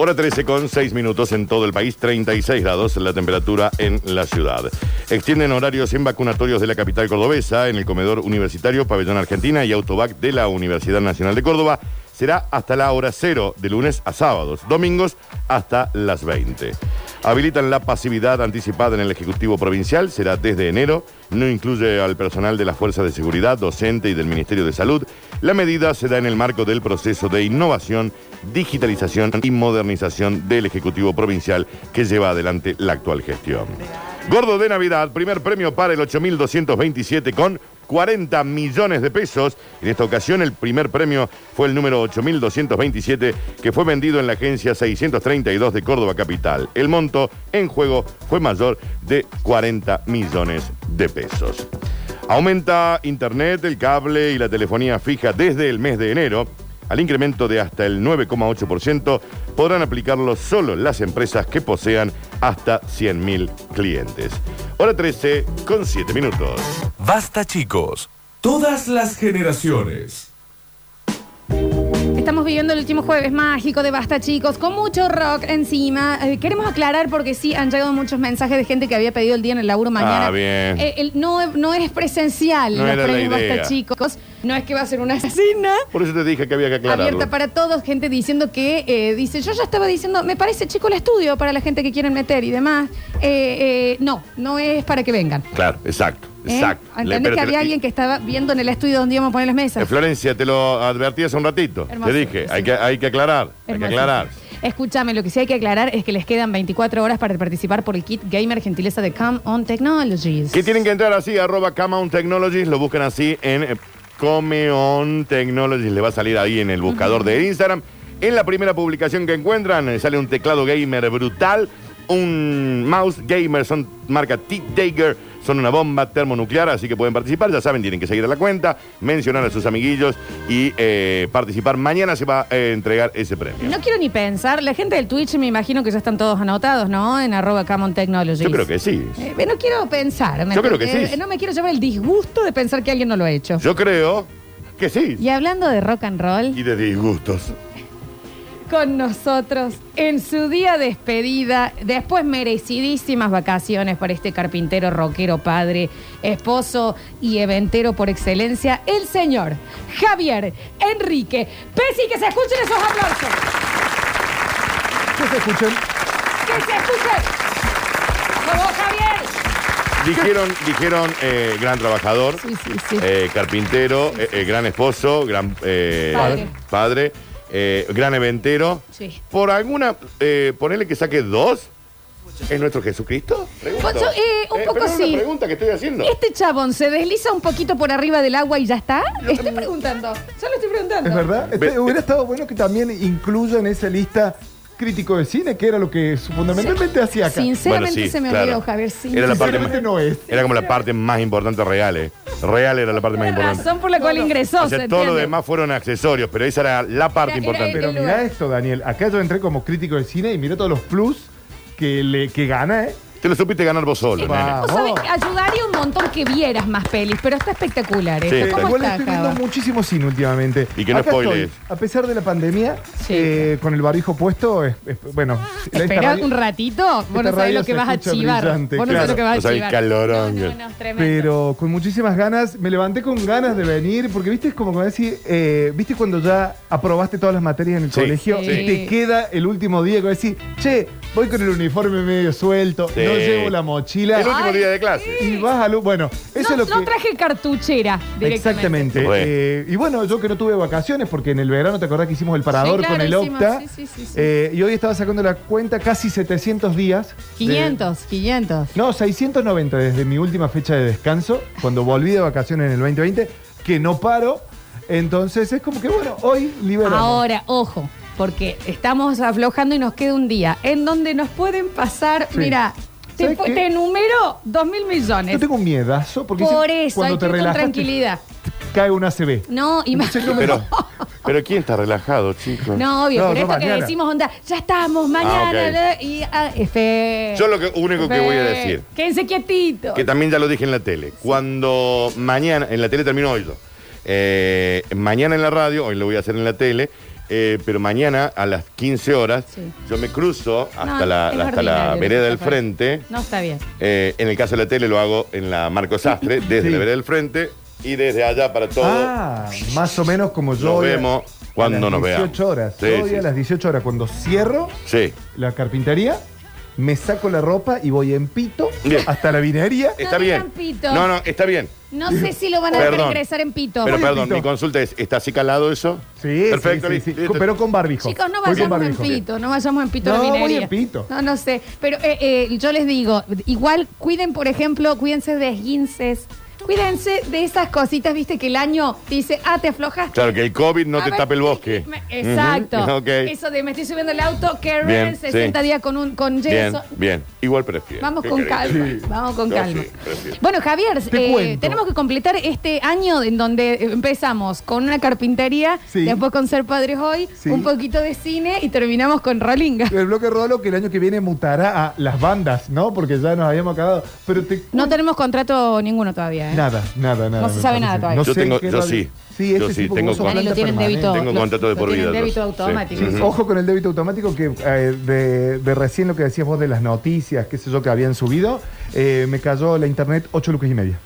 Hora 13 con 6 minutos en todo el país, 36 grados la temperatura en la ciudad. Extienden horarios en vacunatorios de la capital cordobesa, en el comedor universitario Pabellón Argentina y Autobac de la Universidad Nacional de Córdoba. Será hasta la hora cero, de lunes a sábados, domingos hasta las 20. Habilitan la pasividad anticipada en el Ejecutivo Provincial, será desde enero. No incluye al personal de las fuerzas de seguridad, docente y del Ministerio de Salud. La medida se da en el marco del proceso de innovación, digitalización y modernización del Ejecutivo Provincial que lleva adelante la actual gestión. Gordo de Navidad, primer premio para el 8.227 con 40 millones de pesos. En esta ocasión el primer premio fue el número 8.227 que fue vendido en la agencia 632 de Córdoba Capital. El monto en juego fue mayor de 40 millones de pesos. Aumenta Internet, el cable y la telefonía fija desde el mes de enero. Al incremento de hasta el 9,8% podrán aplicarlo solo las empresas que posean hasta 100.000 clientes. Hora 13 con 7 minutos. Basta chicos. Todas las generaciones. Estamos viviendo el último jueves mágico de Basta Chicos, con mucho rock encima. Eh, queremos aclarar porque sí han llegado muchos mensajes de gente que había pedido el día en el laburo mañana. Ah, bien. Eh, el- no, no es presencial No los era la premios idea. Basta Chicos. No es que va a ser una asesina. Por eso te dije que había que aclararlo. Abierta para todos, gente diciendo que, eh, dice, yo ya estaba diciendo, me parece chico el estudio para la gente que quieren meter y demás. Eh, eh, no, no es para que vengan. Claro, exacto, ¿eh? exacto. Le- ¿Entendés pero que te- había alguien que estaba viendo en el estudio donde íbamos a poner las Eh, mesas? Florencia, te lo advertí hace un ratito. Hermoso, te dije, sí. hay, que, hay que aclarar, hay que Hermoso. aclarar. Escúchame, lo que sí hay que aclarar es que les quedan 24 horas para participar por el kit gamer gentileza de Come On Technologies. Que tienen que entrar así, arroba Come On Technologies, lo buscan así en eh, Come On Technologies, le va a salir ahí en el buscador de Instagram. En la primera publicación que encuentran eh, sale un teclado gamer brutal, un mouse gamer, son marca T-Taker, son una bomba termonuclear, así que pueden participar, ya saben, tienen que seguir a la cuenta, mencionar a sus amiguillos y eh, participar. Mañana se va a eh, entregar ese premio. No quiero ni pensar, la gente del Twitch me imagino que ya están todos anotados, ¿no? En arroba Come On Technologies. Yo creo que sí. Eh, no quiero pensar. ¿me Yo creo que entendés? sí. No me quiero llevar el disgusto de pensar que alguien no lo ha hecho. Yo creo que sí. Y hablando de rock and roll, Y de disgustos. con nosotros en su día despedida, después merecidísimas vacaciones para este carpintero, rockero, padre, esposo y eventero por excelencia, el señor Javier Enrique Pesi, que se escuchen esos aplausos. Que se escuchen. Que se escuchen. ¡Vamos, Javier! Dijeron, dijeron eh, gran trabajador, Sí, sí, sí. eh, carpintero, eh, eh, gran esposo, gran eh, Padre. padre, eh, gran eventero. Sí. Por alguna, eh, ponele que saque dos. ¿Es nuestro Jesucristo? Pregunto. Pocho, eh, un poco pero es una sí. pregunta que estoy haciendo. ¿Este chabón se desliza un poquito por arriba del agua y ya está? Estoy preguntando, solo estoy preguntando. mm. Es verdad. Este- Ve- hubiera estado bueno que también incluya en esa lista crítico de cine, que era lo que su- fundamentalmente hacía acá. Sinceramente Bueno, sí, se me claro. olvidó, Javier. sí. Era la parte Sinceramente no es. Era como la parte más importante real, eh. Real era la parte más La importante. razón por la cual ingresó. O sea, ¿se todo lo entiende? demás fueron accesorios, pero esa era la parte Era- era importante. el- Pero mira esto, Daniel. Acá yo entré como crítico de cine y mira todos los plus que, le, que gana, ¿eh? Te lo supiste ganar vos solo, Sí. nene. Vos sabés, ayudaría un montón que vieras más pelis, pero está espectacular. Sí, esto. ¿Cómo Igual está, estoy viendo Java? muchísimo cine últimamente. Y que no Acá spoilees. estoy, a pesar de la pandemia, Sí. eh, con el barbijo puesto, es- es- bueno, la- esta Espera radio- un ratito, vos no radio sabés lo se que vas a escucha chivar. brillante, Vos no sabés claro. lo que vas No a sabés el chivar. calorón No, que- no, no, es tremendo. Pero con muchísimas ganas, me levanté con ganas de venir, porque viste, es como cuando decís, eh, viste cuando ya aprobaste todas las materias en el Sí, colegio sí. y te queda el último día que decís, che, voy con el uniforme medio suelto, Sí. no llevo la mochila. El último Ay, día de clase. Y vas a luz. Bueno, eso no, es lo no que. traje cartuchera directamente. Exactamente. Bueno. Eh, y bueno, yo que no tuve vacaciones, porque en el verano te acordás que hicimos el parador Sí, claro, con el hicimos, Octa. sí, sí, sí, sí. Eh, y hoy estaba sacando la cuenta casi 700 días. de- 500, 500. no, 690 desde mi última fecha de descanso, cuando volví de vacaciones en el 2020, que no paro. Entonces es como que, bueno, hoy liberamos. Ahora, ojo, porque estamos aflojando y nos queda un día en donde nos pueden pasar, Sí. mira, te, ¿Sabes pu- qué? te enumero dos mil Yo millones. tengo un miedazo porque Por si- eso, hay que ir con relajas, te tranquilidad. cae una CB. No, imagínate. Yo me- Pero, pero ¿quién está relajado, chicos? No, obvio, No, por yo esto que mañana. decimos, onda, ya estamos, mañana, Ah, ok. la- y ah, es fe. Yo lo que- único que voy a decir. Quédense quietitos. Que también ya lo dije en la tele. Cuando mañana, en la tele termino hoy yo. Eh, mañana en la radio, hoy lo voy a hacer en la tele. eh, pero mañana a las 15 horas Sí. yo me cruzo hasta No, la, es hasta la ordinario, vereda del Christopher. frente. No está bien. Eh, en el caso de la tele lo hago en la Marco Sastre, desde Sí. la vereda del frente y desde allá para todo. Ah, más o menos como yo. Nos hoy a- vemos a cuando las nos veamos. 18 horas. Sí, Yo hoy sí, a sí. las 18 horas, cuando cierro Sí. la carpintería, me saco la ropa y voy en pito Bien. Eh, hasta la vinería. Está bien. digan pito. No, no, está bien. No sé si lo van a Perdón. dejar ingresar en pito. Pero Oye, perdón, Pito. mi consulta es, ¿está así calado eso? Sí, sí, Perfecto, sí, listo, sí. listo. Pero con barbijo. Chicos, no Voy con vayamos en barbijo. pito, no vayamos en pito a la No, voy minería. en pito. No, no sé. Pero eh, eh, yo les digo, igual cuiden, por ejemplo, cuídense de esguinces. Cuídense de esas cositas, viste, que el año te dice, ah, te aflojaste. Claro, que el COVID no A te ver, tape el bosque. me- Exacto. Ujú, ok. Eso de me estoy subiendo el auto, Karen, Bien, sí. 60 días con, un, con Bien, yeso. bien. Igual prefiero. Vamos ¿Qué con querés que calma, te diga? vamos con Yo calma. sí, prefiero. bueno, Javier, Te eh, cuento. tenemos que completar este año en donde empezamos con una carpintería, Sí. después con Ser Padres Hoy, Sí. Eh, un poquito de cine y terminamos con Rolinga. El bloque Rolo que el año que viene mutará a las bandas, ¿no? Porque ya nos habíamos acabado. Pero te No tenemos contrato ninguno todavía, ¿eh? Nada, nada, nada. No se me sabe parece. nada todavía. Yo sé tengo- qué yo radio- sí. Sí, Yo ese sí, tipo tengo como son con- Dani lo plantas tienen débito. permanentes. Tengo lo- contrato de lo por tienen vida, débito yo. automático. Sí. Ujú. Ojo con el débito automático que eh, de, de recién lo que decías vos de las noticias, qué sé yo, que habían subido, eh, me cayó la internet 8 lucas y media.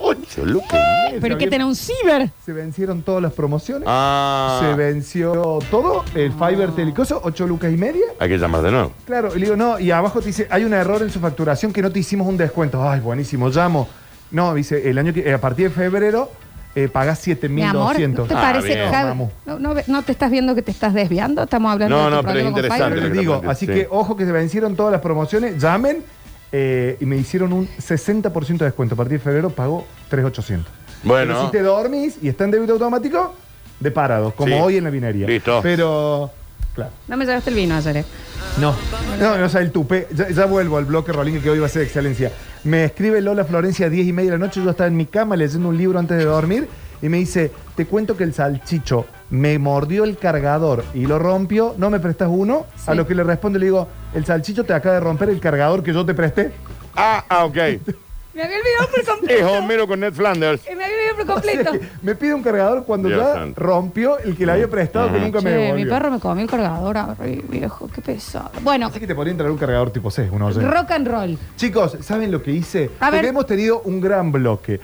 Ocho lucas. Pero que tener un ciber. Se vencieron todas las promociones, Ah. se venció todo, el fiber telecoso, 8 lucas y media. Hay que llamar de nuevo. Claro, y le digo, no, y abajo te dice, hay un error en su facturación que no te hicimos un descuento. Ay, buenísimo, llamo. No, dice, el año que, eh, a partir de febrero eh, pagás Mi amor, ¿no 7.200. te Ah, parece, bien. Javi? Mamu. No, no ve- no te estás viendo que te estás desviando? Estamos hablando No, de tu no, pero problema es con interesante Fiverr. lo les que digo, te así planteé, sí. que ojo que se vencieron todas las promociones, llamen eh, y me hicieron un 60% de descuento. A partir de febrero pago 3.800. Bueno. Pero si te dormís y está en débito automático, de parado, como Sí. hoy en la binaria. Listo. Pero, claro. No me llevaste el vino ayer. eh. No, no, no, o sea, el tupé. Ya, ya vuelvo al bloque Rolín que hoy va a ser excelencia. Me escribe Lola Florencia a 10 y media de la noche. Yo estaba en mi cama leyendo un libro antes de dormir y me dice: Te cuento que el salchicho me mordió el cargador y lo rompió. ¿No me prestas uno? Sí. A lo que le respondo y le digo: El salchicho te acaba de romper el cargador que yo te presté. Ah, ah, ok. Me había olvidado por Es completo. Homero con Ned Flanders. Eh, Me había olvidado por O sea, completo. que me pide un cargador cuando Dios ya santo. Mm. rompió el que le había prestado que nunca me Che, devolvió. mi perro me comió el cargador, ay, viejo, qué pesado. Bueno, Así que te podría entrar un cargador tipo C, uno oyente. rock and roll. Chicos, ¿saben lo que hice? A ver. Porque hemos tenido un gran bloque.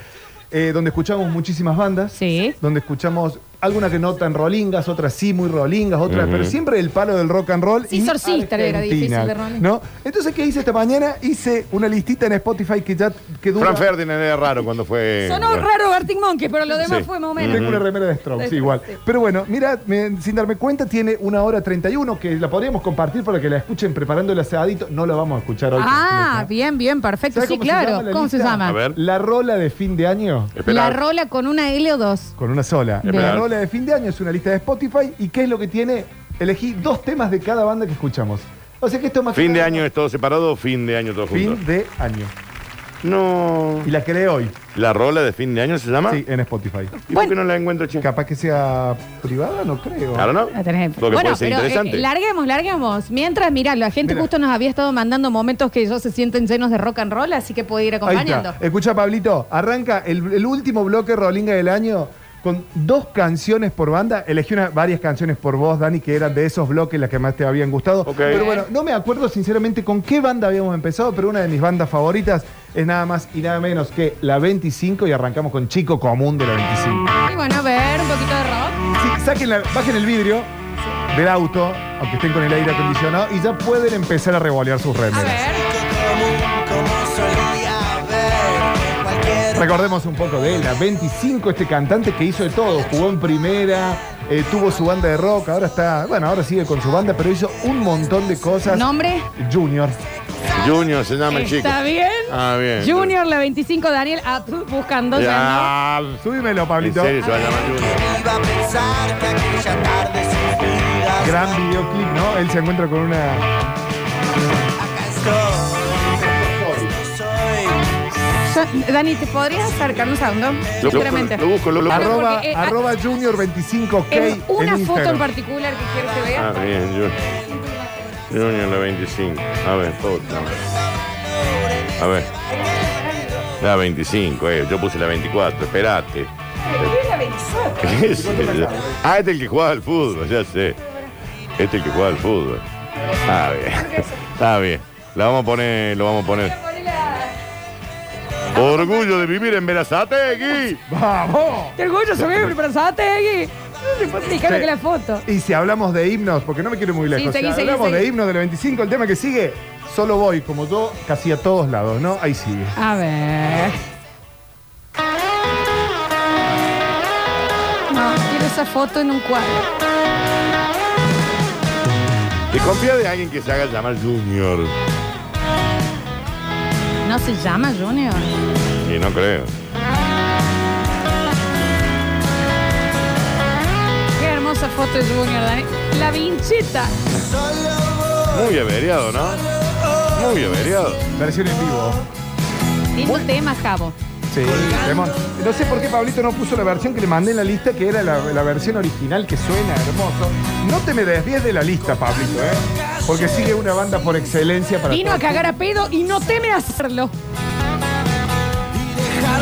eh, donde escuchamos muchísimas bandas. Sí. Donde escuchamos algunas que no tan rolingas, otras sí muy rolingas, otras, pero siempre el palo del rock and roll. Sí, y Sor Sister era difícil de Argentina, rolinga. ¿no? Entonces, ¿qué hice esta mañana? Hice una listita en Spotify que ya quedó. Fran Ferdinand era raro cuando Eh, fue. Sonó bueno. raro Arctic Monkey, pero lo demás Sí. fue más o menos. Tengo una remera de Strokes, Sí, igual. sí. Pero bueno, mira, me- sin darme cuenta, tiene una hora 31 que la podríamos compartir para que la escuchen preparando el asadito. No la vamos a escuchar hoy. Ah, completa. bien, bien, perfecto. ¿Sabes Sí, cómo se claro. llama la ¿Cómo se lista? llama? A ver. La rola de fin de año. Espera. La rola con una L o dos. Con una sola. Bien. La rola de fin de año es una lista de Spotify. ¿Y qué es lo que tiene? Elegí dos temas de cada banda que escuchamos. O sea que esto es más que Fin de nada- año es todo separado o fin de año todo junto. Fin de año. No. Y la creé hoy. ¿La rola de fin de año se llama? Sí, en Spotify. ¿Y por qué no la encuentro, che? Capaz que sea privada, no creo. Claro, ¿no? La tenés. Porque puede ser pero, eh, interesante. larguemos, larguemos. Mientras, mirá, la gente Mira. justo nos había estado mandando momentos que ellos se sienten llenos de rock and roll, así que puede ir Ahí acompañando. está. Escucha, Pablito, arranca el, el último bloque Rolinga del año con dos canciones por banda. Elegí una- varias canciones por vos, Dani, que eran de esos bloques las que más te habían gustado. Ok. Pero bueno, no me acuerdo sinceramente con qué banda habíamos empezado, pero una de mis bandas favoritas es nada más y nada menos que la 25 y arrancamos con Chico Común de la 25. Y bueno, a ver, un poquito de rock. Sí, saquen la- bajen el vidrio del auto, aunque estén con el aire acondicionado, y ya pueden empezar a revolear sus A remeras. ver. común como solía ver cualquier Recordemos un poco de él, a 25, este cantante que hizo de todo, jugó en primera, eh, tuvo su banda de rock, ahora está, bueno, ahora sigue con su banda, pero hizo un montón de cosas. Nombre. Junior. Junior se llama el chico. Está bien. Ah, bien. Junior, la 25, Daniel, ah, tú buscando ya, Ya. Súbimelo, En Pablito. serio se va a llamar Junior. iba a pensar que aquella tarde sus vidas Gran videoclip, ¿no? Él se encuentra con una. acá estoy esto ¿no? soy Yo- Dani, ¿te podrías acercar un segundo? Lo, lo- Sinceramente. lo busco, lo, lo busco. Arroba, porque, eh, arroba Junior25K. Es una en foto en Instagram. particular que quiero que Ah, veas. bien, Junior. Junior la 25. A ver, foto. A ver. La 25, eh. Yo puse la 24. Esperate. Mira, era Berizotti. ¿Qué es eso? Ah, este es el que jugaba al fútbol, ya sé. Este es el que jugaba al fútbol. Está bien. Está bien. La vamos a poner, lo vamos a poner. Orgullo de vivir en Verazategui. ¡Vamos! ¡Qué orgullo se ve, pero Sategui! No se puede explicar lo que es la foto. Y si hablamos de himnos, porque no me quiero ir muy lejos, seguí, si seguí, hablamos seguí. de himnos del 95, el tema que sigue, solo voy, como yo, casi a todos lados, ¿no? Ahí sigue. A ver. No, quiero esa foto en un cuadro. Desconfía de alguien que se haga llamar Junior. ¿No se llama Junior? Y no creo. Qué hermosa foto de Junior, Dani. La vinchita. Muy averiado, ¿no? Muy averiado. Versión en vivo. Lindo tema, Jabo. Sí, Lemón. No sé por qué Pablito no puso la versión que le mandé en la lista, que era la, la versión original que suena hermoso. No te me desvíes de la lista, Pablito, ¿eh? Porque sigue una banda por excelencia para. Vino a todo. cagar a pedo y no teme hacerlo.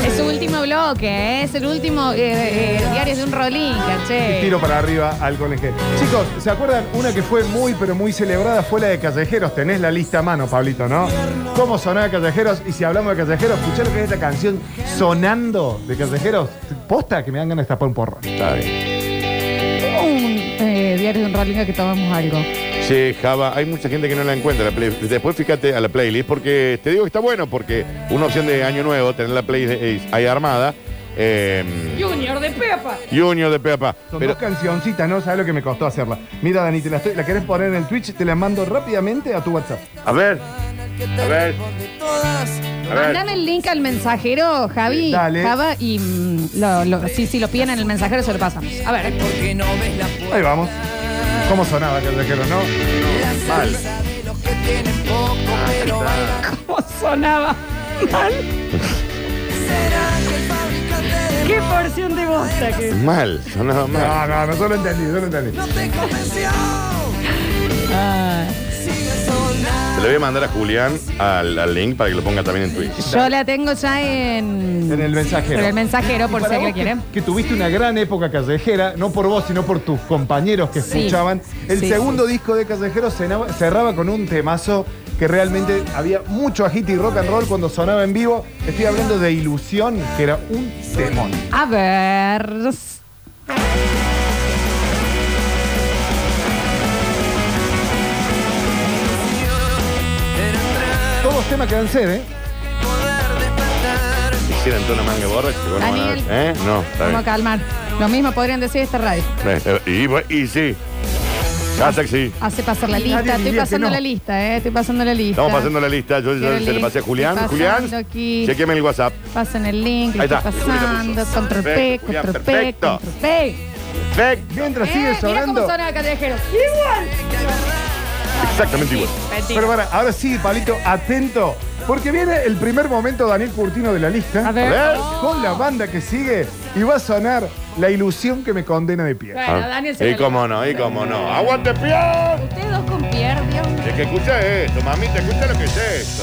Es su último bloque, ¿eh? es el último eh, eh, diario de un rolín, Y caché. Tiro para arriba al colegio. Chicos, ¿se acuerdan? Una que fue muy, pero muy celebrada fue la de Callejeros. Tenés la lista a mano, Pablito, ¿no? ¿Cómo sonaba Callejeros? Y si hablamos de Callejeros, escuchá lo que es esta canción sonando de Callejeros. Posta que me dan ganas de tapar un porro. Está bien. Un eh, diario de un rolling que tomamos algo. Che, Java, hay mucha gente que no la encuentra. la play- Después fíjate a la playlist, porque te digo que está bueno, porque una opción de año nuevo, tener la playlist ahí armada. eh, Junior de Pepa. Junior de Peapa. Son Pero dos cancioncitas, ¿no? ¿Sabes lo que me costó hacerla? Mira, Dani, te la, estoy- la querés poner en el Twitch, te la mando rápidamente a tu WhatsApp. A ver. A ver. A ver. Mandame el link al mensajero, Javi. Sí, dale. Java, y mm, lo, lo- sí, sí, lo piden en el mensajero, se lo pasamos. A ver. Ahí vamos. ¿Cómo sonaba Callejeros, no? Mal. ¿Cómo sonaba? ¿Mal? ¿Qué porción de bosta que Mal. Sonaba mal. No, no, no, solo entendí, solo entendí. Se le voy a mandar a Julián al, al link para que lo ponga también en Twitch. Yo la tengo ya en... En el mensajero. En el mensajero, Y por si para alguien vos quiere. Que, que tuviste una gran época callejera, no por vos, sino por tus compañeros que Sí. escuchaban. El Sí, segundo disco de Callejero cenaba- cerraba con un temazo que realmente había mucho agite y rock and roll cuando sonaba en vivo. Estoy hablando de Ilusión, que era un temón. A ver... Todos temas que dan sed, ¿eh? Hicieron toda una manga borra. Daniel. ¿Eh? No, está Vamos a bien. calmar. Lo mismo podrían decir esta radio. Eh, eh, Y, bu- y sí. Hashtag sí. Hace pasar la Nadie lista. Estoy diría que pasando no. la lista, ¿eh? Estoy pasando la lista. Estamos pasando la lista. Yo, yo Quiero se le link. pasé a Julián. Estoy Julián, pasando aquí. chequeme el WhatsApp. Pasan el link, lo Ahí estoy está. Juli lo pasando. puso. Control P, Perfecto, control Julián, P, perfecto. control P. Perfecto. Mientras Eh, sigue mira cómo sonando. suena Callejeros. Igual. Exactamente igual. Pero para, ahora sí, Palito, atento. Porque viene el primer momento Daniel Curtino de la lista. A ver. ver. Con la banda que sigue y va a sonar La ilusión que me condena de pie. Bueno, Daniel se y la- cómo no, y cómo no. ¡Aguante, pie! Ustedes dos con Pierre, Dios mío. Es que escucha esto, mamita, escucha lo que es esto.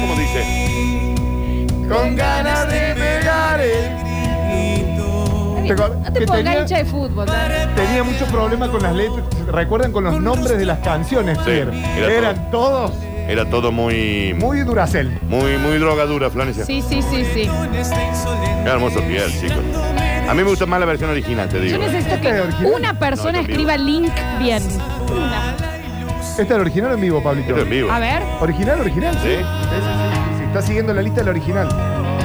¿Cómo dice? Con ganas de pegar Te co- No que te pongas tenía- hincha de fútbol. Dani. Tenía mucho problema con las letras. ¿Recuerdan con los nombres de las canciones, Sí, Pierre? era Eran todos Era todo muy. muy duracel. Muy, muy drogadura, Florencia. Sí, sí, sí, sí. Qué hermoso piel, chicos. A mí me gusta más la versión original, te Yo digo. necesito ¿Esta es que original? una persona No, está en vivo. escriba link bien. ¿Esta Este es la original o en vivo, Pablito? Esto Este en vivo. A ver. ¿Original, original? Sí. Sí, sí, sí. Si está siguiendo la lista, la original.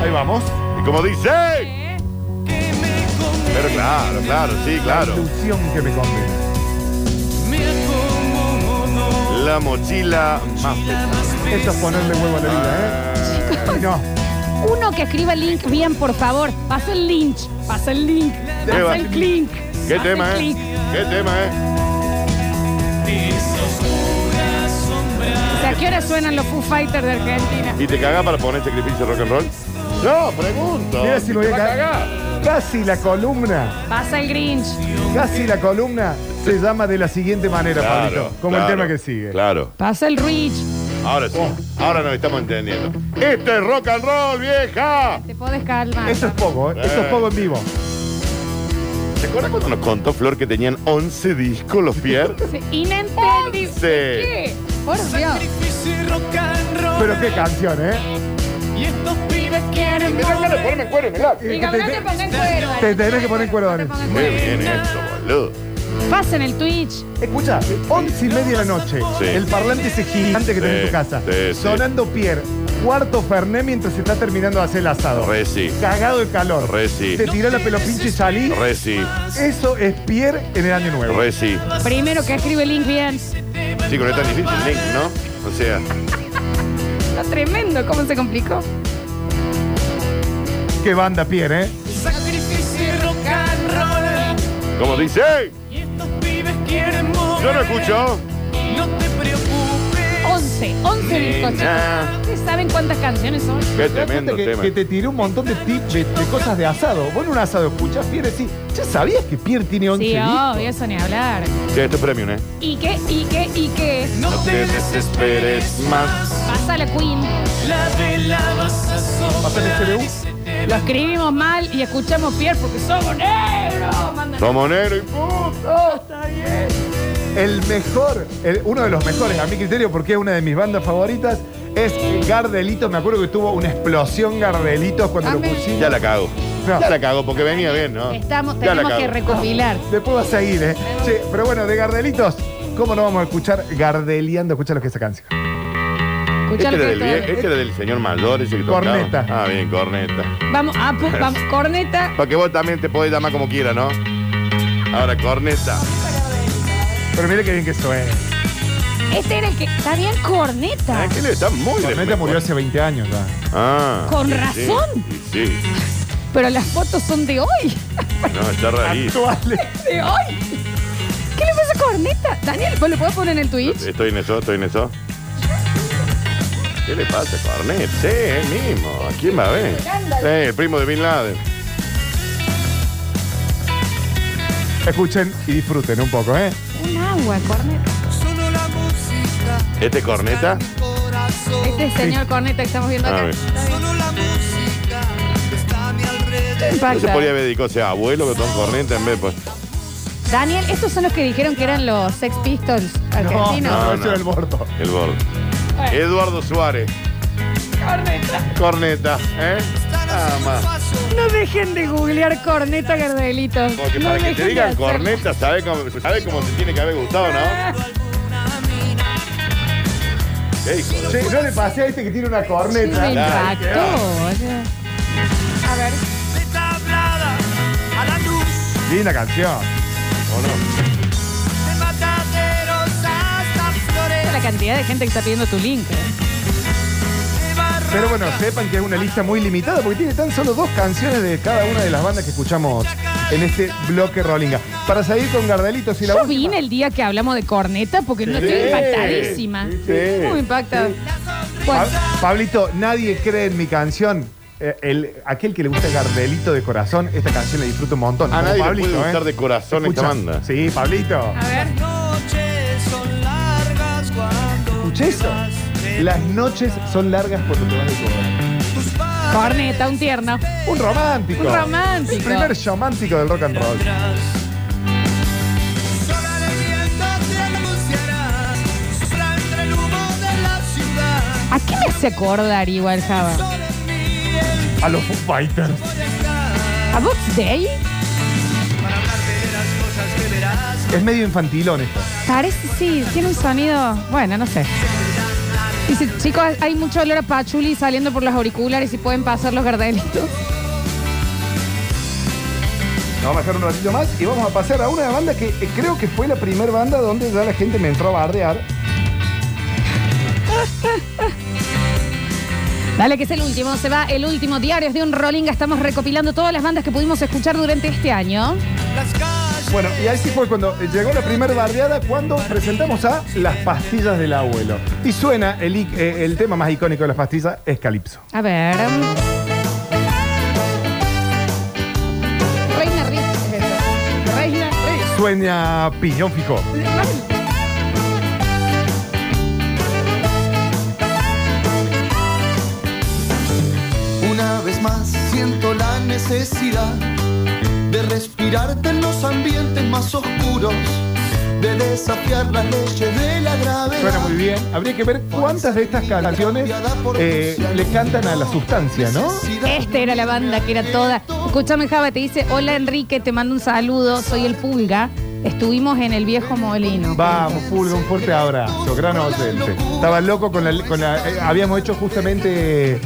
Ahí vamos. Y como dice. Pero claro, claro, sí, claro. Ilusión que me condena. La mochila más pesada. Esto es ponerle huevo a la vida, ¿eh? No. Uno que escriba link bien, por favor. Pasa el link. Pasa el link. Pasa va. el clink. ¿Qué pasa tema, el eh? clink. ¿Qué tema, eh? O sea, ¿a qué hora suenan los Foo Fighters de Argentina? ¿Y te cagás para poner este sacrificio rock and roll? No, pregunto. Mira si lo voy a cagar. Casi la columna, Pasa el Grinch. casi la columna se llama de la siguiente manera, Claro, Pablito. Como claro, el tema que sigue. Oh. Claro. Pasa el Rich. Ahora sí. Ahora nos estamos entendiendo. ¡Esto es rock and roll, vieja! Te podés calmar. Eso es poco, ¿eh? Eh. Eso es poco en vivo. ¿Te acuerdas cuando nos contó Flor que tenían 11 discos los Pierre? Sí, Inentendible. Once. ¿Qué? Por Dios. Pero qué canción, ¿eh? Me dan ganas de ponerme en cuero, mirá. Y Diga, que no te pongas en cuero. te tenés que poner en cuero, No te Dani. pongas en Muy cuero. bien hecho, boludo. Pasa en el Twitch. Escucha, 11 y media de la noche. Sí. El parlante ese gigante que tenés en Sí, tu casa. sí, sí. Sonando Pierre. Cuarto Fernet mientras se está terminando de hacer el asado. Re sí. Cagado de calor. Re sí. Te tirás la pelopinche y salís. Re sí. Eso es Pierre en el año nuevo. Re sí. Primero que escribe el link bien. Chicos, no es tan difícil el link, ¿no? O sea, Está tremendo, ¿cómo se complicó? Qué banda Pierre, ¿eh? como dice, yo no escucho. 11, 11 Nena. discos, chicos. ¿Ustedes saben cuántas canciones son? Qué ¿Te das cuenta tremendo que, tema. que te tiré un montón de tips de, de cosas de asado. Vos en un asado escuchás Pierre sí. ¿Ya sabías que Pierre tiene 11 Sí, discos? obvio, eso ni hablar. Che, esto es premium, ¿eh? ¿Y qué? ¿Y qué? ¿Y qué? No te desesperes más. Pasa la Queen. Pasa en el CBU. Lo escribimos mal y escuchamos Pierre porque somos negros. Mandan- Somos negros y puto. El mejor, el- uno de los mejores, a mi criterio, porque es una de mis bandas favoritas, es Gardelitos. Me acuerdo que tuvo una explosión Gardelitos cuando lo Amén. pusiste. Ya la cago. No. Ya la cago porque venía bien, ¿no? Estamos, Ya la Este tenemos que cago. recopilar. Después va a seguir, ¿eh? Che, pero bueno, de Gardelitos, ¿cómo no vamos a escuchar Gardeliando? Escucha lo que es esa canción. Este Escuchá era, lo que del, vie- está- este era del señor mayor, ese que tocaba. Corneta. Ah, bien, corneta. Vamos, ah, pu- vamos, corneta. Para que vos también te podés llamar como quieras, ¿no? Ahora, corneta. Pero mire qué bien que suena. Este era el que. Está bien, corneta. Tranquilo, Eh, está muy Corneta desmejor. murió hace 20 años ya. Ah. Con sí, razón. Sí, sí. Pero las fotos son de hoy. No, está rarísimo. Actuales. De hoy. ¿Qué le pasa a corneta? Daniel, ¿vos lo puedes poner en el Twitch? Estoy en eso, estoy en eso. ¿Qué le pasa, Cornet? Sí, él mismo. ¿A quién va a ver? Eh, el primo de Bin Laden. Escuchen y disfruten un poco, ¿eh? Un agua, corneta. ¿Este corneta? Este es el señor corneta que estamos viendo Ah, acá. bien. No Esto se impacta. podría haber dedicado a ese abuelo que son corneta en vez de. pues, Daniel, estos son los que dijeron que eran los Sex Pistols No, no, argentinos. no, eso no. era el bordo. El borde. Eduardo Suárez. Corneta. Corneta, ¿eh? Nada más. No dejen de googlear corneta Gardelitos. Porque no para que te dejen de digan hacer- corneta, ¿sabes cómo, sabe cómo te tiene que haber gustado, no? ¿Qué hijo de- Che, yo le pasé a este que tiene una Sí, me corneta. impactó. o sea. A ver. Linda canción. ¿O no? Esta es la cantidad de gente que está pidiendo tu link. ¿eh? Pero bueno, sepan que es una lista muy limitada porque tiene tan solo dos canciones de cada una de las bandas que escuchamos en este bloque Rollinga. Para seguir con Gardelitos y la Yo última- vine el día que hablamos de corneta porque no estoy Sí. impactadísima. Sí. Muy impactada. Bueno, Pa- Pablito, nadie cree en mi canción. Eh, el, aquel que le gusta Gardelito de corazón, esta canción le disfruto un montón. A Como nadie le Pablito, puede ¿eh? gustar de corazón esta Escucha. banda. Sí, Pablito. a ver. Escuché eso. Las noches son largas cuando te vas de comer. Corneta, un tierno. Un romántico. Un romántico. El primer romántico del rock and roll. ¿A qué me hace acordar igual, Java? A los Foo Fighters. ¿A Box Day? Es medio infantilón esto. Parece, sí, tiene un sonido. Bueno, no sé. Dice, chicos, hay mucho olor a pachuli saliendo por los auriculares y pueden pasar los gardelitos. Nos Vamos a dejar un ratito más y vamos a pasar a una banda que eh, creo que fue la primera banda donde ya la gente me entró a bardear. Dale, que es el último, se va el último Diarios de un Rollinga. Estamos recopilando todas las bandas que pudimos escuchar durante este año. Bueno, y ahí sí fue cuando llegó la primera bardeada cuando presentamos a Las Pastillas del Abuelo. Y suena el, ic- eh, el tema más icónico de las pastillas, es Calipso. A ver. Reina Riz es eso. Reina Riz. Sueña Piñón Fijo. vez más siento la necesidad de respirarte en los ambientes más oscuros, de desafiar las leyes de la gravedad. Suena muy bien. Habría que ver cuántas de estas canciones eh, le cantan a la sustancia, ¿no? Esta era la banda que era toda. Escúchame, Java, te dice: Hola Enrique, te mando un saludo, soy el Pulga. Estuvimos en el viejo molino. Vamos, Pulga, un fuerte abrazo, gran oyente. Estaba loco con la... con la- eh, habíamos hecho justamente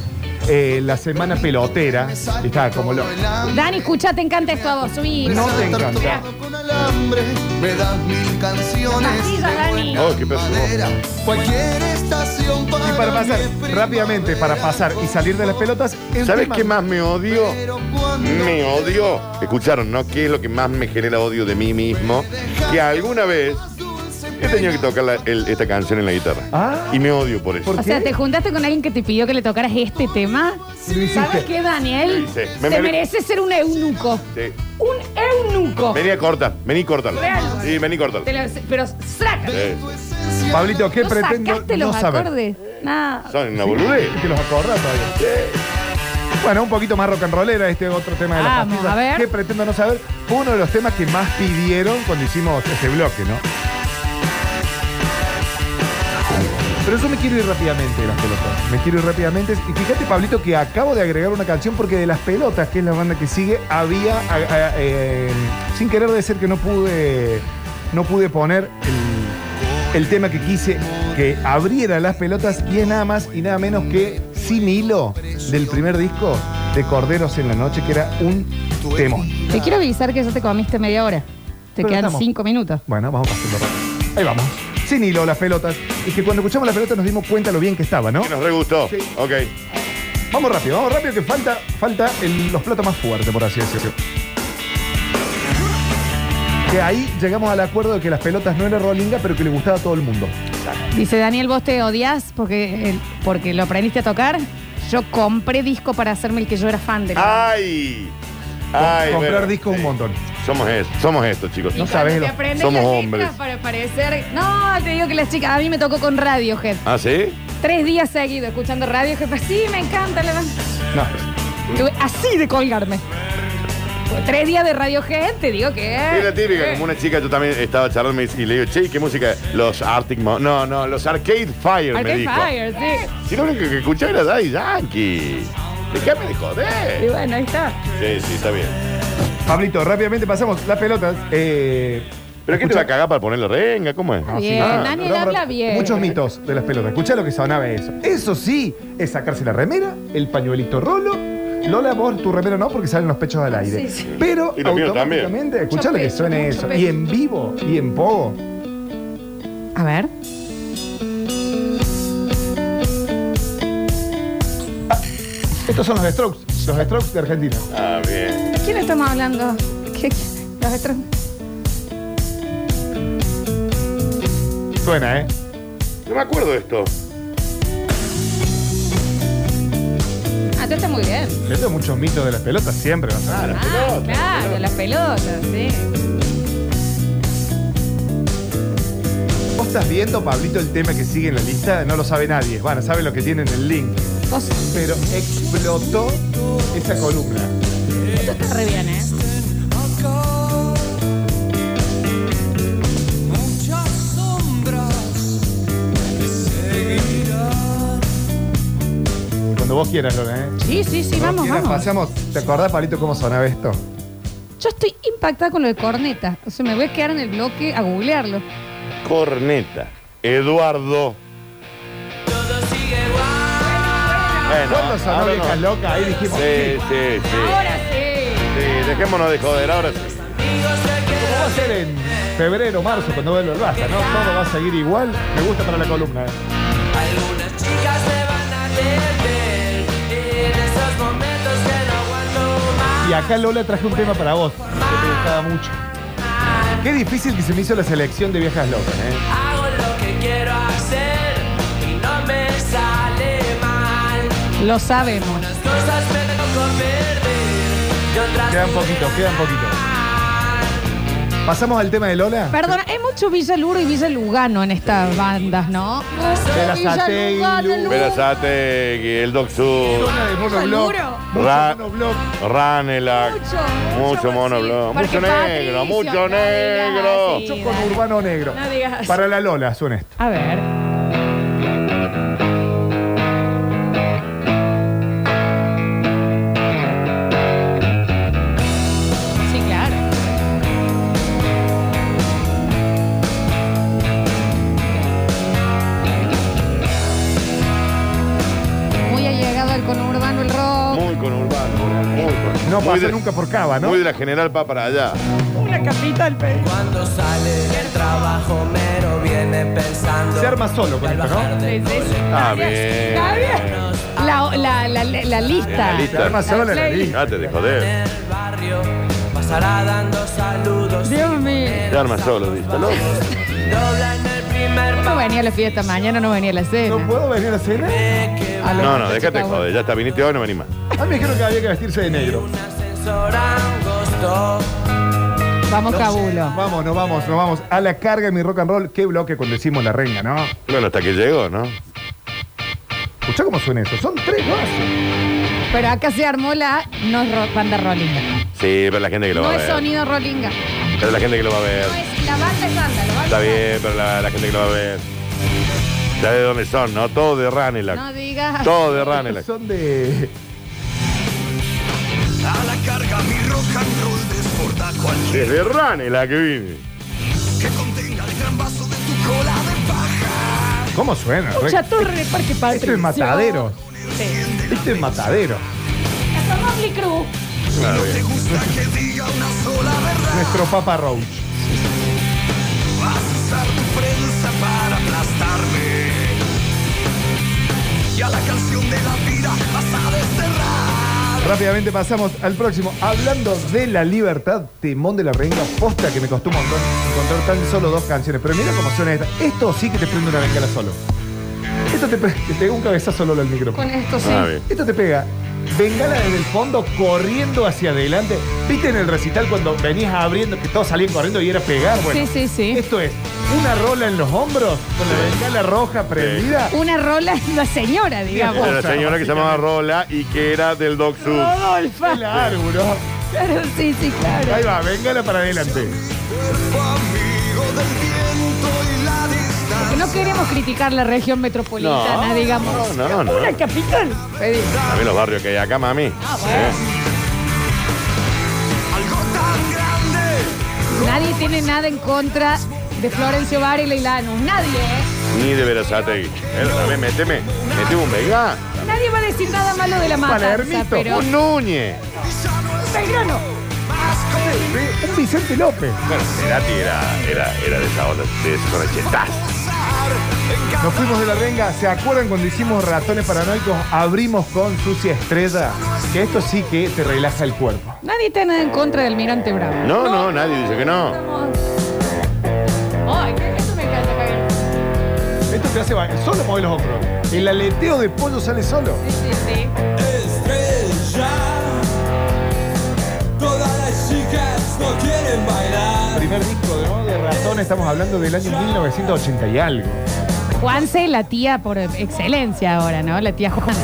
eh, la semana pelotera. Y estaba como loco. Dani, escucha, te encanta esto a vos. Subí. No te encanta. Con alambre, me das mil canciones. Pastilla, de Dani. Oh, qué peso. madera. Cualquier estación para, Y para pasar mí es rápidamente, para pasar y salir de las pelotas, el ¿Sabes tema- qué más me odio? Pero cuando Me odio. Escucharon, ¿no? ¿Qué es lo que más me genera odio de mí mismo? Que alguna vez he tenido que tocar la- el- esta canción en la guitarra. Ah. Y me odio por eso. ¿Por O sea, qué? ¿te juntaste con alguien que te pidió que le tocaras este tema? Lo hiciste. ¿Sabes qué, Daniel? Lo hice. Te Me mere- merece ser un eunuco. Sí. Un eunuco. Vení a cortar, vení a cortarla. Real. Sí, vení a cortarla. Te lo- pero saca. Sí. Pablito, ¿qué ¿No pretendo sacaste no los saber? acordes? Nada. Son una boludez. ¿Y ¿Te los acordás todavía? Bueno, un poquito más rock and rollera este otro tema de la Vamos, pastilla. a ver. ¿Qué pretendo no saber? Fue uno de los temas que más pidieron cuando hicimos ese bloque, ¿no? Pero yo me quiero ir rápidamente de las pelotas. Me quiero ir rápidamente. Y fíjate, Pablito, que acabo de agregar una canción porque de las pelotas, que es la banda que sigue, había. a- a- eh, sin querer decir que no pude. No pude poner el, el tema que quise que abriera las pelotas y es nada más y nada menos que Sin Hilo del primer disco de Corderos en la Noche, que era un temón. Te quiero avisar que ya te comiste media hora. Te Pero quedan estamos. cinco minutos. Bueno, vamos a hacerlo rápido. Ahí vamos. Sin hilo, las pelotas. Y que cuando escuchamos las pelotas nos dimos cuenta lo bien que estaba, ¿no? Que nos re gustó. Sí. Ok. Vamos rápido, vamos rápido, que falta, falta el- los platos más fuertes, por así decirlo. Que ahí llegamos al acuerdo de que las pelotas no era rolinga, pero que le gustaba a todo el mundo. Dice Daniel, vos te odias porque, eh, porque lo aprendiste a tocar. Yo compré disco para hacerme el que yo era fan de. Ah, ¡Ay! ¡Ay! comprar bueno, discos sí. un montón. Somos esto, somos esto, chicos. Y No cuando sabes te lo- aprendes somos las letras hombres. Para parecer. No, te digo que las chicas. A mí me tocó con Radiohead. ¿Ah, Eh, sí? Tres días seguidos escuchando Radiohead. Pues sí, me encanta. la banda. No. Tuve así de colgarme. Fue Tres días de Radiohead, te digo que. Es la típica, eh, como una chica, yo también estaba charlando y me dice- y le digo, che, ¿qué música? Los Arctic Mon No, no, los Arcade Fire me Arcade dijo. Fire, sí. Si lo único que escuchaba era Daddy Yankee. Déjame de Y joder. bueno, ahí está. Sí, sí, está bien. Pablito, rápidamente pasamos las pelotas. Eh, ¿Pero qué te va a cagar para ponerle renga? ¿Cómo es? Ah, Bien, Daniel no, no, habla no, bien. Muchos mitos de las pelotas. Escucha lo que sonaba eso. Eso sí, es sacarse la remera, el pañuelito rolo. Lola, vos tu remera no, porque salen los pechos al aire. Sí, sí. Pero Y los míos también. automáticamente, escucha lo que pecho, suene mucho eso. pecho. Y en vivo, y en pogo. A ver. Estos son los Strokes, los Strokes de Argentina. Ah, bien. ¿De quién estamos hablando? ¿Qué- qué- Los otros. Suena, ¿eh? No me acuerdo de esto. Ah, tú está muy bien. Esto es muchos mitos de las pelotas, siempre va a ser. Ah, Ah, claro, las pelotas, sí. Vos estás viendo, Pablito, el tema que sigue en la lista, no lo sabe nadie. Bueno, sabe lo que tiene en el link. Vos, Pero explotó esa columna. esto está re bien, ¿eh? Muchas sombras me seguirán. Cuando vos quieras, Lola, ¿eh? Sí, sí, sí, Cuando vamos, quieras, vamos. Pasamos. ¿Te acordás, Pablito, cómo sonaba esto? Yo estoy impactada con lo de corneta. O sea, me voy a quedar en el bloque a googlearlo. Corneta. Eduardo. Bueno, Cuando sonó ahora Viejas no. Locas, ahí dijimos. Sí, Sí. sí, sí. Ahora sí. Sí, dejémonos de joder, ahora sí. ¿Cómo va a ser en febrero, marzo, cuando vuelva el Basta, no? Todo va a seguir igual. Me gusta para la columna. ¿eh? Algunas chicas se van a perder en esos momentos que no aguanto más. Y acá Lola traje un tema para vos, que te gustaba mucho. Qué difícil que se me hizo la selección de Viejas Locas, ¿eh? Hago lo que quiero hacer y no me sale mal. Lo sabemos. Las cosas me tengo que perder y otras Queda un poquito, queda un poquito. ganar. Pasamos al tema de Lola. Perdona, hay mucho Villa Luro y Villa Lugano en estas bandas, ¿no? Velazategui, Lu- Verazategui, el Doc Sur, Zona de monobloc. Seguro. Mucho Ra- monobloc. Ranelac, mucho, monobloc, Porque mucho negro, Patricio, mucho no negro. digas así, Con dale. Urbano Negro. No digas. Para la Lola, suena esto. A ver. Sí, claro. Muy allegado al conurbano el rock. Muy conurbano, muy conurbano. No Muy pasa de- nunca por Cava, ¿no? Muy de la general va para allá. Una capital, pe. Cuando sale del trabajo, mero viene pensando. Se arma solo con que al esto, ¿no? bajar del cole Está bien. Está bien. La, la, la, la, la lista. La lista. Se arma sola la playlist. nariz. Dejate de En joder. el barrio pasará dando saludos. Dios mío. Te armas solo, ¿viste? ¿no? Dobla en el primer No venía a la fiesta mañana, no venía a la cena. ¿No puedo venir a la cena? parque. A No, los no, muchachos déjate de está joder. Ya está, viniste hoy, no venís más. A mí me dijeron que había que vestirse de negro. Un ascensor angosto. bueno. Vamos, cabulo. Vamos, nos vamos, nos vamos. A la carga de mi rock and roll. Qué bloque cuando decimos la renga, ¿no? Bueno, hasta que llegó, ¿no? Escuchá cómo suena eso. Son tres vasos. Pero acá se armó la no es ro- banda rollinga. Sí, pero la gente que lo No va a es ver. sonido rollinga. Pero la gente que lo va a ver. No es, la banda es banda, la Está banda es banda. bien, pero la, la gente que lo va a ver. ¿Sabes de dónde son, no? Todos de Ranelac. No digas. Todos de Ranelac. Son de. A la carga mi rock and roll desborda cualquier Desde Ranelac que vine. que contenga el gran vaso de tu cola de paja. ¿Cómo suena? Mucha torre de Parque Patricio. Esto es matadero. Sí. Esto es matadero. Hasta Motley Crue. Está bien. Te gusta que diga una sola verdad. Nuestro Papa Roach. Vas a usar tu prensa para aplastarme. Y a la canción de la vida vas a desterrar. Rápidamente pasamos al próximo. Hablando de la libertad, Timón de la Renga, posta que me costó un montón encontrar tan solo dos canciones. Pero mira cómo suena esta. Esto sí que te prende una bengala solo. Esto te, pe- te pega un cabezazo solo al micrófono. Con esto sí. Ah, bien. Esto te pega. Bengala desde el fondo corriendo hacia adelante. ¿Viste en el recital cuando venías abriendo que todos salían corriendo y era pegar? Bueno, Sí, sí, sí. Esto es una rola en los hombros con la bengala roja prendida. Una rola es una señora, digamos. Era la señora que se llamaba Rola y que era del Doc Sud. Rodolfa. Claro, bro. Claro, sí, sí, claro. Ahí va, bengala para adelante. Cuerpo amigo del viento y la distancia. Que No queremos criticar la región metropolitana, No, digamos. no, no, no. Una capital. Pedí. A mí los barrios que hay acá, mami. ¿Eh? Ah, bueno. Algo tan grande. Nadie tiene nada en contra de Florencio Varela y Lanús. Nadie, ¿eh? Ni de Verazategui. Pero también Eh, méteme, méteme un Vega. Nadie va a decir nada malo de la matanza, Palermito. pero... Un Núñez. Belgrano. Un Vicente López. Bueno, Cerati era, era, era de esa onda, de esos ochentas. Nos fuimos de la renga. ¿Se acuerdan cuando hicimos ratones paranoicos? Abrimos con Sucia Estrella. Que esto sí que te relaja el cuerpo. Nadie tiene nada en contra del Mirante Bravo. No, no, nadie dice que no. Estamos- Ay, qué- esto me encanta, Javier. Esto te hace ba- solo mover los hombros. El aleteo de pollo sale solo. Sí, sí, sí. Estrella, todas las chicas no quieren bailar. Primer disco ¿no? de ratón, estamos hablando del año 1980 y algo. Juanse, la tía por excelencia ahora, ¿no? La tía Juanse.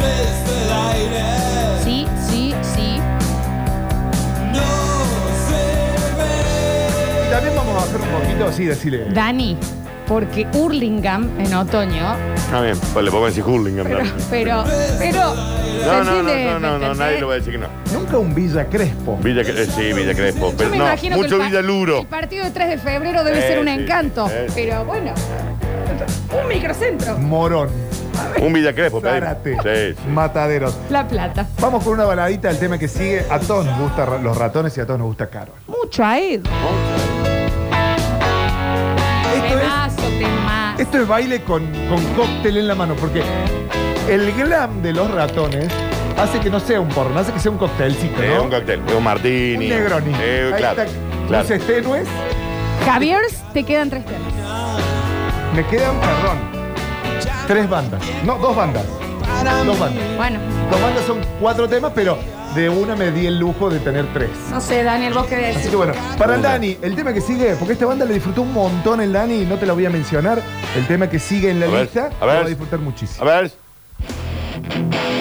Desde el aire Sí, sí, sí. no se ve. También vamos a hacer un poquito así, decirle. Dani, porque Hurlingham en otoño, Está bien, pues le pongo decir Hurlingham. pero, dale. pero, pero, ¿se No, no, entiende? no, no, no, ¿Me no, entendés? nadie lo va a decir que no. Nunca un Villa Crespo. Villa, eh, sí, Villa Crespo. Yo Pero me no, imagino mucho que el, Villa par- Luro. el partido de 3 de febrero debe Eh, ser un sí, encanto, eh, sí. pero bueno, un microcentro, Morón. Un Villa Crespo, pedimos. Zárate. Sí, sí. Mataderos. La Plata. Vamos con una baladita del tema que sigue. A todos nos gustan los ratones y a todos nos gusta Carol. Mucho a Edo. Esto es Temazo, temazo. Esto es baile con, con cóctel en la mano, porque el glam de los ratones hace que no sea un porno, hace que sea un cóctelcito, Eh, ¿no? un cóctel, un Un martini. negroni. Eh, Ahí claro, está. claro. Luces tenues, Javier, te quedan tres temas. me quedan, perdón, tres bandas. No, dos bandas. Dos bandas. Bueno, Dos bandas son cuatro temas, pero de una me di el lujo de tener tres. No sé, Daniel, vos qué decís. Así que bueno, para el Dani, el tema que sigue, porque esta banda la disfrutó un montón el Dani y no te la voy a mencionar. El tema que sigue en la A ver, lista a ver. lo va a disfrutar A muchísimo. ver.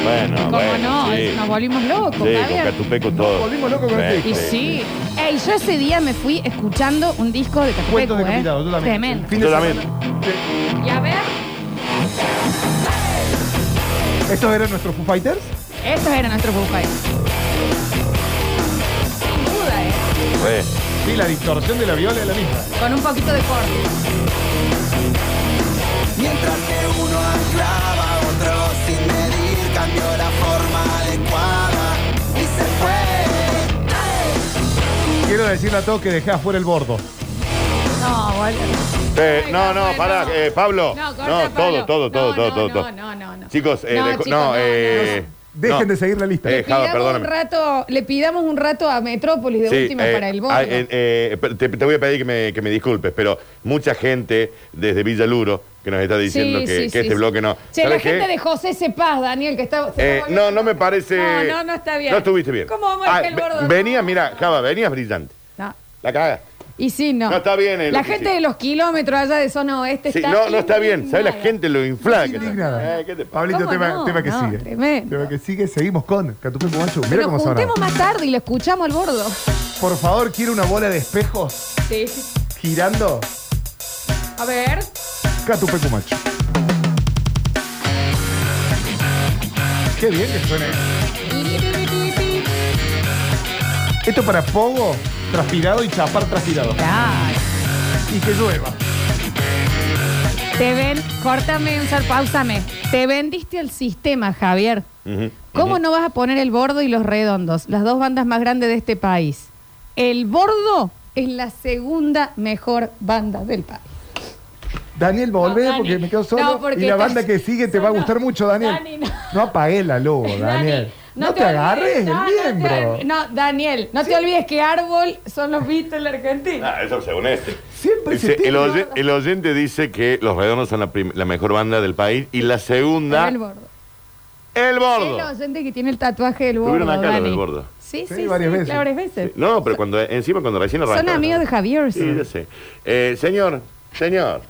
Bueno, ¿Cómo bueno, no? sí. Nos volvimos locos, Sí, con Javier. Catupeco todo. volvimos locos con este Y Bueno, sí. Ey, yo ese día me fui escuchando un disco de Catepecu, Cuentos de ¿eh? yo también. Tremendo. Fin de Yo semana. Y a ver, ¿Estos eran nuestros Foo Fighters? estos eran nuestros Foo Fighters. Sin duda, ¿eh? re. Sí, la distorsión de la viola es la misma. Con un poquito de corte. Mientras que uno anclaba, otro sin medir cambió la forma adecuada y se fue. Quiero decirle a todos que dejé afuera el bordo. No, boludo. Eh, Ay, no, Pablo, no, pará, no. eh, Pablo. No, corta, No, Pablo. todo, todo, todo, No, todo, todo. no, no, todo. no, no, no. Chicos, eh, No, de- chicos, no, no, eh. Dejen no. de seguir la lista. Eh, Java, Pidamos un perdóname. rato, le pidamos un rato a Metrópolis de Sí, última eh, para el bolo. ah, eh, eh, per- te, te voy a pedir que me, que me disculpes, pero mucha gente desde Villaluro que nos está diciendo Sí, que, sí, que sí, este sí. bloque no. Che, la ¿Sabes gente qué? de José Cepaz, Daniel, que está. se está Eh, volviendo no, no me loca. parece. No, no, no está bien. No estuviste bien. ¿Cómo vamos a Ah, dejar el ve- gordo? Venía, No. mira, Java, venías brillante. No. La caga. Y sí, no. No está bien, eh, lo La que gente hiciste. de los kilómetros allá de zona oeste Sí, está. no, no está bien. ¿Sabes? La indignada. gente lo infla. que está. Indignada. Eh, ¿qué te pasa? Pablito, ¿Cómo tema, no? tema que No, sigue. tremendo. Tema que sigue, seguimos con Catupeco Guanchu. Mira Pero cómo nos sonaba. juntemos más tarde y lo escuchamos al bordo. Por favor, quiero una bola de espejos Sí. girando. A ver. Catupeco Macho. Qué bien que suena. Esto para pogo, transpirado y chapar transpirado. Claro. Y que llueva. Te ven, córtame un sal, pausame. Te vendiste al sistema, Javier. Ujú, ¿Cómo no vas a poner el bordo y los redondos? Las dos bandas más grandes de este país. El bordo es la segunda mejor banda del país. Daniel, volvé No, Dani. porque me quedo solo. No, porque y la te- banda que sigue te va a No, gustar mucho, Daniel. Dani, no. apagues la Oh, luz, Daniel. No, te, olvides- agarres no, no te el miembro. olvides- No, Daniel, no te olvides que Árbol son los Beatles en la Argentina. Ah, eso según este. Siempre Dice, se tiene el, que oyen- el oyente dice que Los Redondos son la, prim- la mejor banda del país y la segunda, El El, bordo. Bordo. Es la oyente que tiene el tatuaje del bordo. Tuvieron acá los Dani. del Bordo. Sí, sí, Sí, sí, varias veces. claro, varias veces. No, pero cuando encima cuando recién arrancó. Son amigos de Javier. Sí, yo sé. Eh, señor, señor,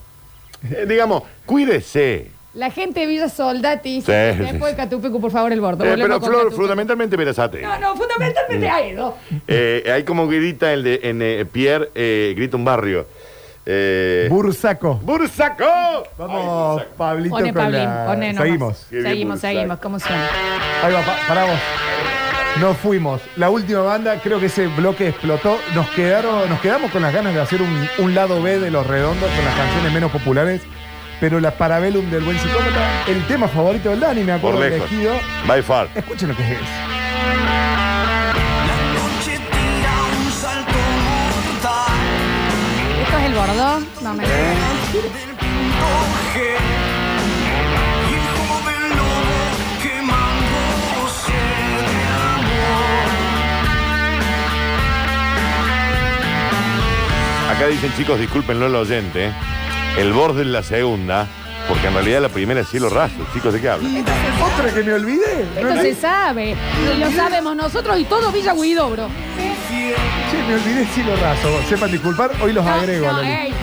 eh, digamos, cuídese. Eh, La gente de Villa Soldati. Sí, después sí. de Catupecu, por favor, el bordo. Eh, Volvemos pero con Flor, Catupecu. fundamentalmente Perasate. No, no, fundamentalmente a Edo. Eh, hay como grita el de en, eh, Pierre, eh, grita un barrio. Eh, Bursaco. ¡Bursaco! Ay, Vamos, Bursaco. Pablito. Pone con Pablín, la- pone nomás. Seguimos. Qué bien, Seguimos, Bursaco. seguimos. ¿Cómo suena? Ahí va, pa- paramos. Nos fuimos. La última banda, creo que ese bloque explotó. Nos quedaron, nos quedamos con las ganas de hacer un, un lado B de los redondos con las canciones menos populares. Pero la Parabellum del buen psicópata, el tema favorito del Dani, me Por acuerdo lejos. elegido. By far. Escuchen lo que es. La noche tira un salto mortal ¿Esto es el bordo? No me Eh, del punto G. Y el joven lobo quemándose de amor. Acá dicen, chicos, discúlpenlo al oyente. eh. El borde es la segunda, porque en realidad la primera es cielo raso. Chicos, ¿de qué hablan? Otra que me olvidé. Esto Me se olvidé, sabe. Y lo sabemos nosotros y todo Villa Guidobro. Ah, che, me olvidé Cielo Raso. Sepan disculpar, hoy los agrego. a la lista. ey.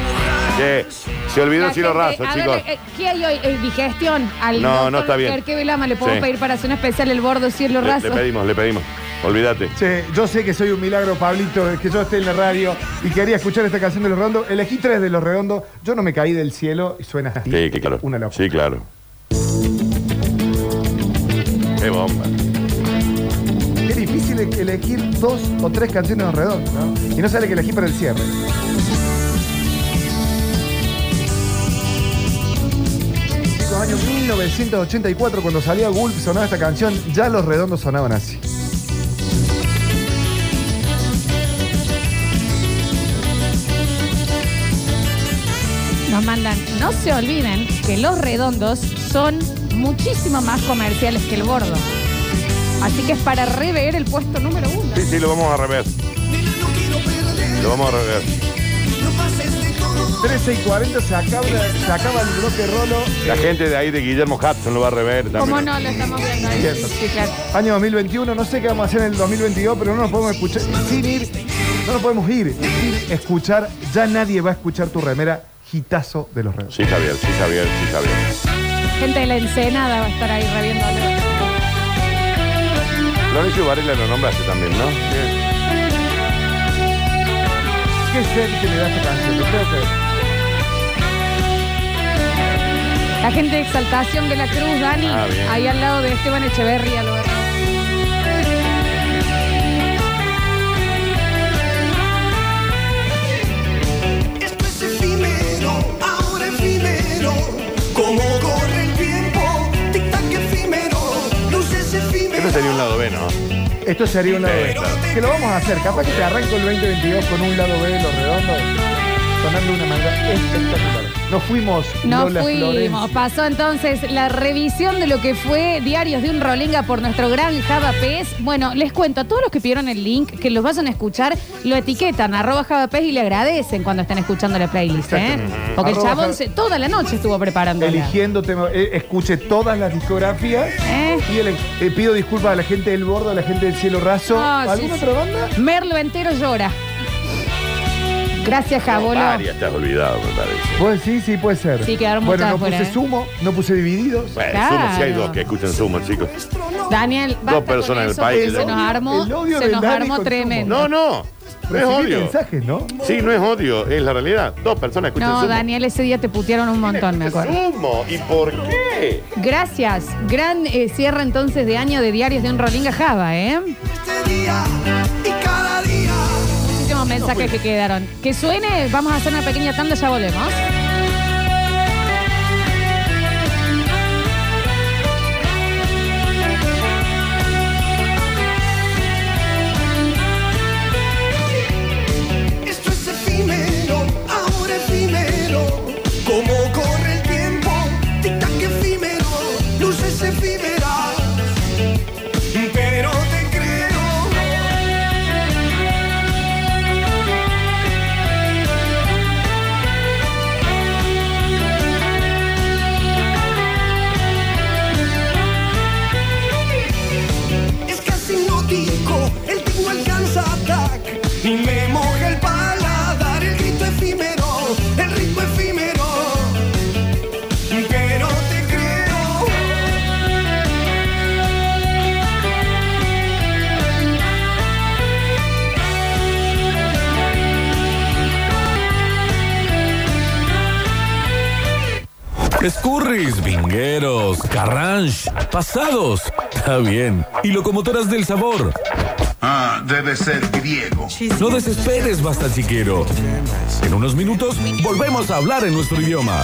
Che, se olvidó La el cielo gente- raso, a ver, chicos. eh, ¿Qué hay hoy? Eh, digestión. Al No, doctor no está bien. Kerke Velama le podemos Sí. pedir para hacer una especial el bordo cielo Le, raso. le pedimos, le pedimos. Olvídate. Che, yo sé que soy un milagro, Pablito, de que yo esté en la radio y quería escuchar esta canción de Los Redondos. Elegí tres de Los Redondos. Yo no me caí del cielo y suena así. Sí, que claro. Una locura. Sí, claro. Qué bomba. Qué difícil e- elegir dos o tres canciones de Los Redondos, ¿no? Y no sale que elegí para el cierre. Los años 1984, cuando salía Gulp y sonaba esta canción, ya Los Redondos sonaban así. Nos mandan, no se olviden que los redondos son muchísimo más comerciales que el bordo. Así que es para rever el puesto número uno. Sí, sí, lo vamos a rever. Nena, no quiero perder. Lo vamos a rever. No pases de todo. 13 y 40 se acaba, se acaba el bloque rolo. La Eh, gente de ahí de Guillermo Hudson lo va a rever también. ¿Cómo no? Lo estamos viendo ahí. Cierto. Sí, claro. Año 2021, no sé qué vamos a hacer en el 2022, pero no nos podemos escuchar sin ir, no nos podemos ir sin escuchar, ya nadie va a escuchar tu remera, gitazo de los reos. Sí, Javier, sí, Javier, sí, Javier. Gente de la Ensenada va a estar ahí reviéndolo. Florencio Varela lo nombraste también, ¿no? ¿Qué ser que le da esta canción? Yo creo que La gente de Exaltación de la Cruz, Dani, Ah, bien. ahí al lado de Esteban Echeverría. Lo Esto es efímero, ahora efímero. Como corre el tiempo, tic-tac efímero, luces efímeras. Este sería un lado B, ¿no? esto sería un lado B. Que lo vamos a hacer, capaz que te arranco el 2022 con un lado B de los redondos, sonando una manera espectacular. Nos fuimos, no Lola fuimos. Florencia. Pasó entonces la revisión de lo que fue Diarios de un Rolinga por nuestro gran Java Pez. Bueno, les cuento a todos los que pidieron el link, que los vayan a escuchar, lo etiquetan, arroba Java Pez y le agradecen cuando están escuchando la playlist, ¿eh? Porque el Arroba chabón Java- se- toda la noche estuvo preparando. eligiendo temas. Eh, escuché todas las discografías. ¿Eh? Y el- eh, pido disculpas a la gente del bordo, a la gente del cielo raso. Ah, sí, ¿Alguna sí. otra banda? Merlo entero llora. Gracias, Jabolo. Varias te has olvidado, me parece. Pues sí, sí, puede ser. Sí, quedaron Bueno, muchas no afuera, puse ¿eh? sumo, no puse divididos. Bueno, Claro. sumo, si hay dos que escuchan sumo, chicos. Daniel, basta Dos personas con en el eso, país porque que Se lo- nos armó, El odio se de nos Dani armó con No, tremendo. no, no es Recibí odio. mensajes, ¿no? Sí, no es odio, es la realidad. Dos personas escuchan No, sumo. Daniel, ese día te putearon un montón, me acuerdo. Sumo, ¿y por qué? Gracias. Gran eh, cierre entonces de año de diarios de un Rolinga Java, ¿eh? Este día y cada día. Muchísimos mensajes que quedaron. Que suene, vamos a hacer una pequeña tanda, ya volvemos. Esto es efímero, ahora efímero. Como corre el tiempo, tic-tac efímero, luces efímeras. Pero te creo. Es casi hipnótico, el tingo alcanza ataque Y me moja el paladar, el grito efímero, el ritmo efímero Pero te creo Escurris, vingueros, carranche, pasados, está bien, y locomotoras del sabor. Ah, debe ser griego. No desesperes, basta chiquero. En unos minutos volvemos a hablar en nuestro idioma.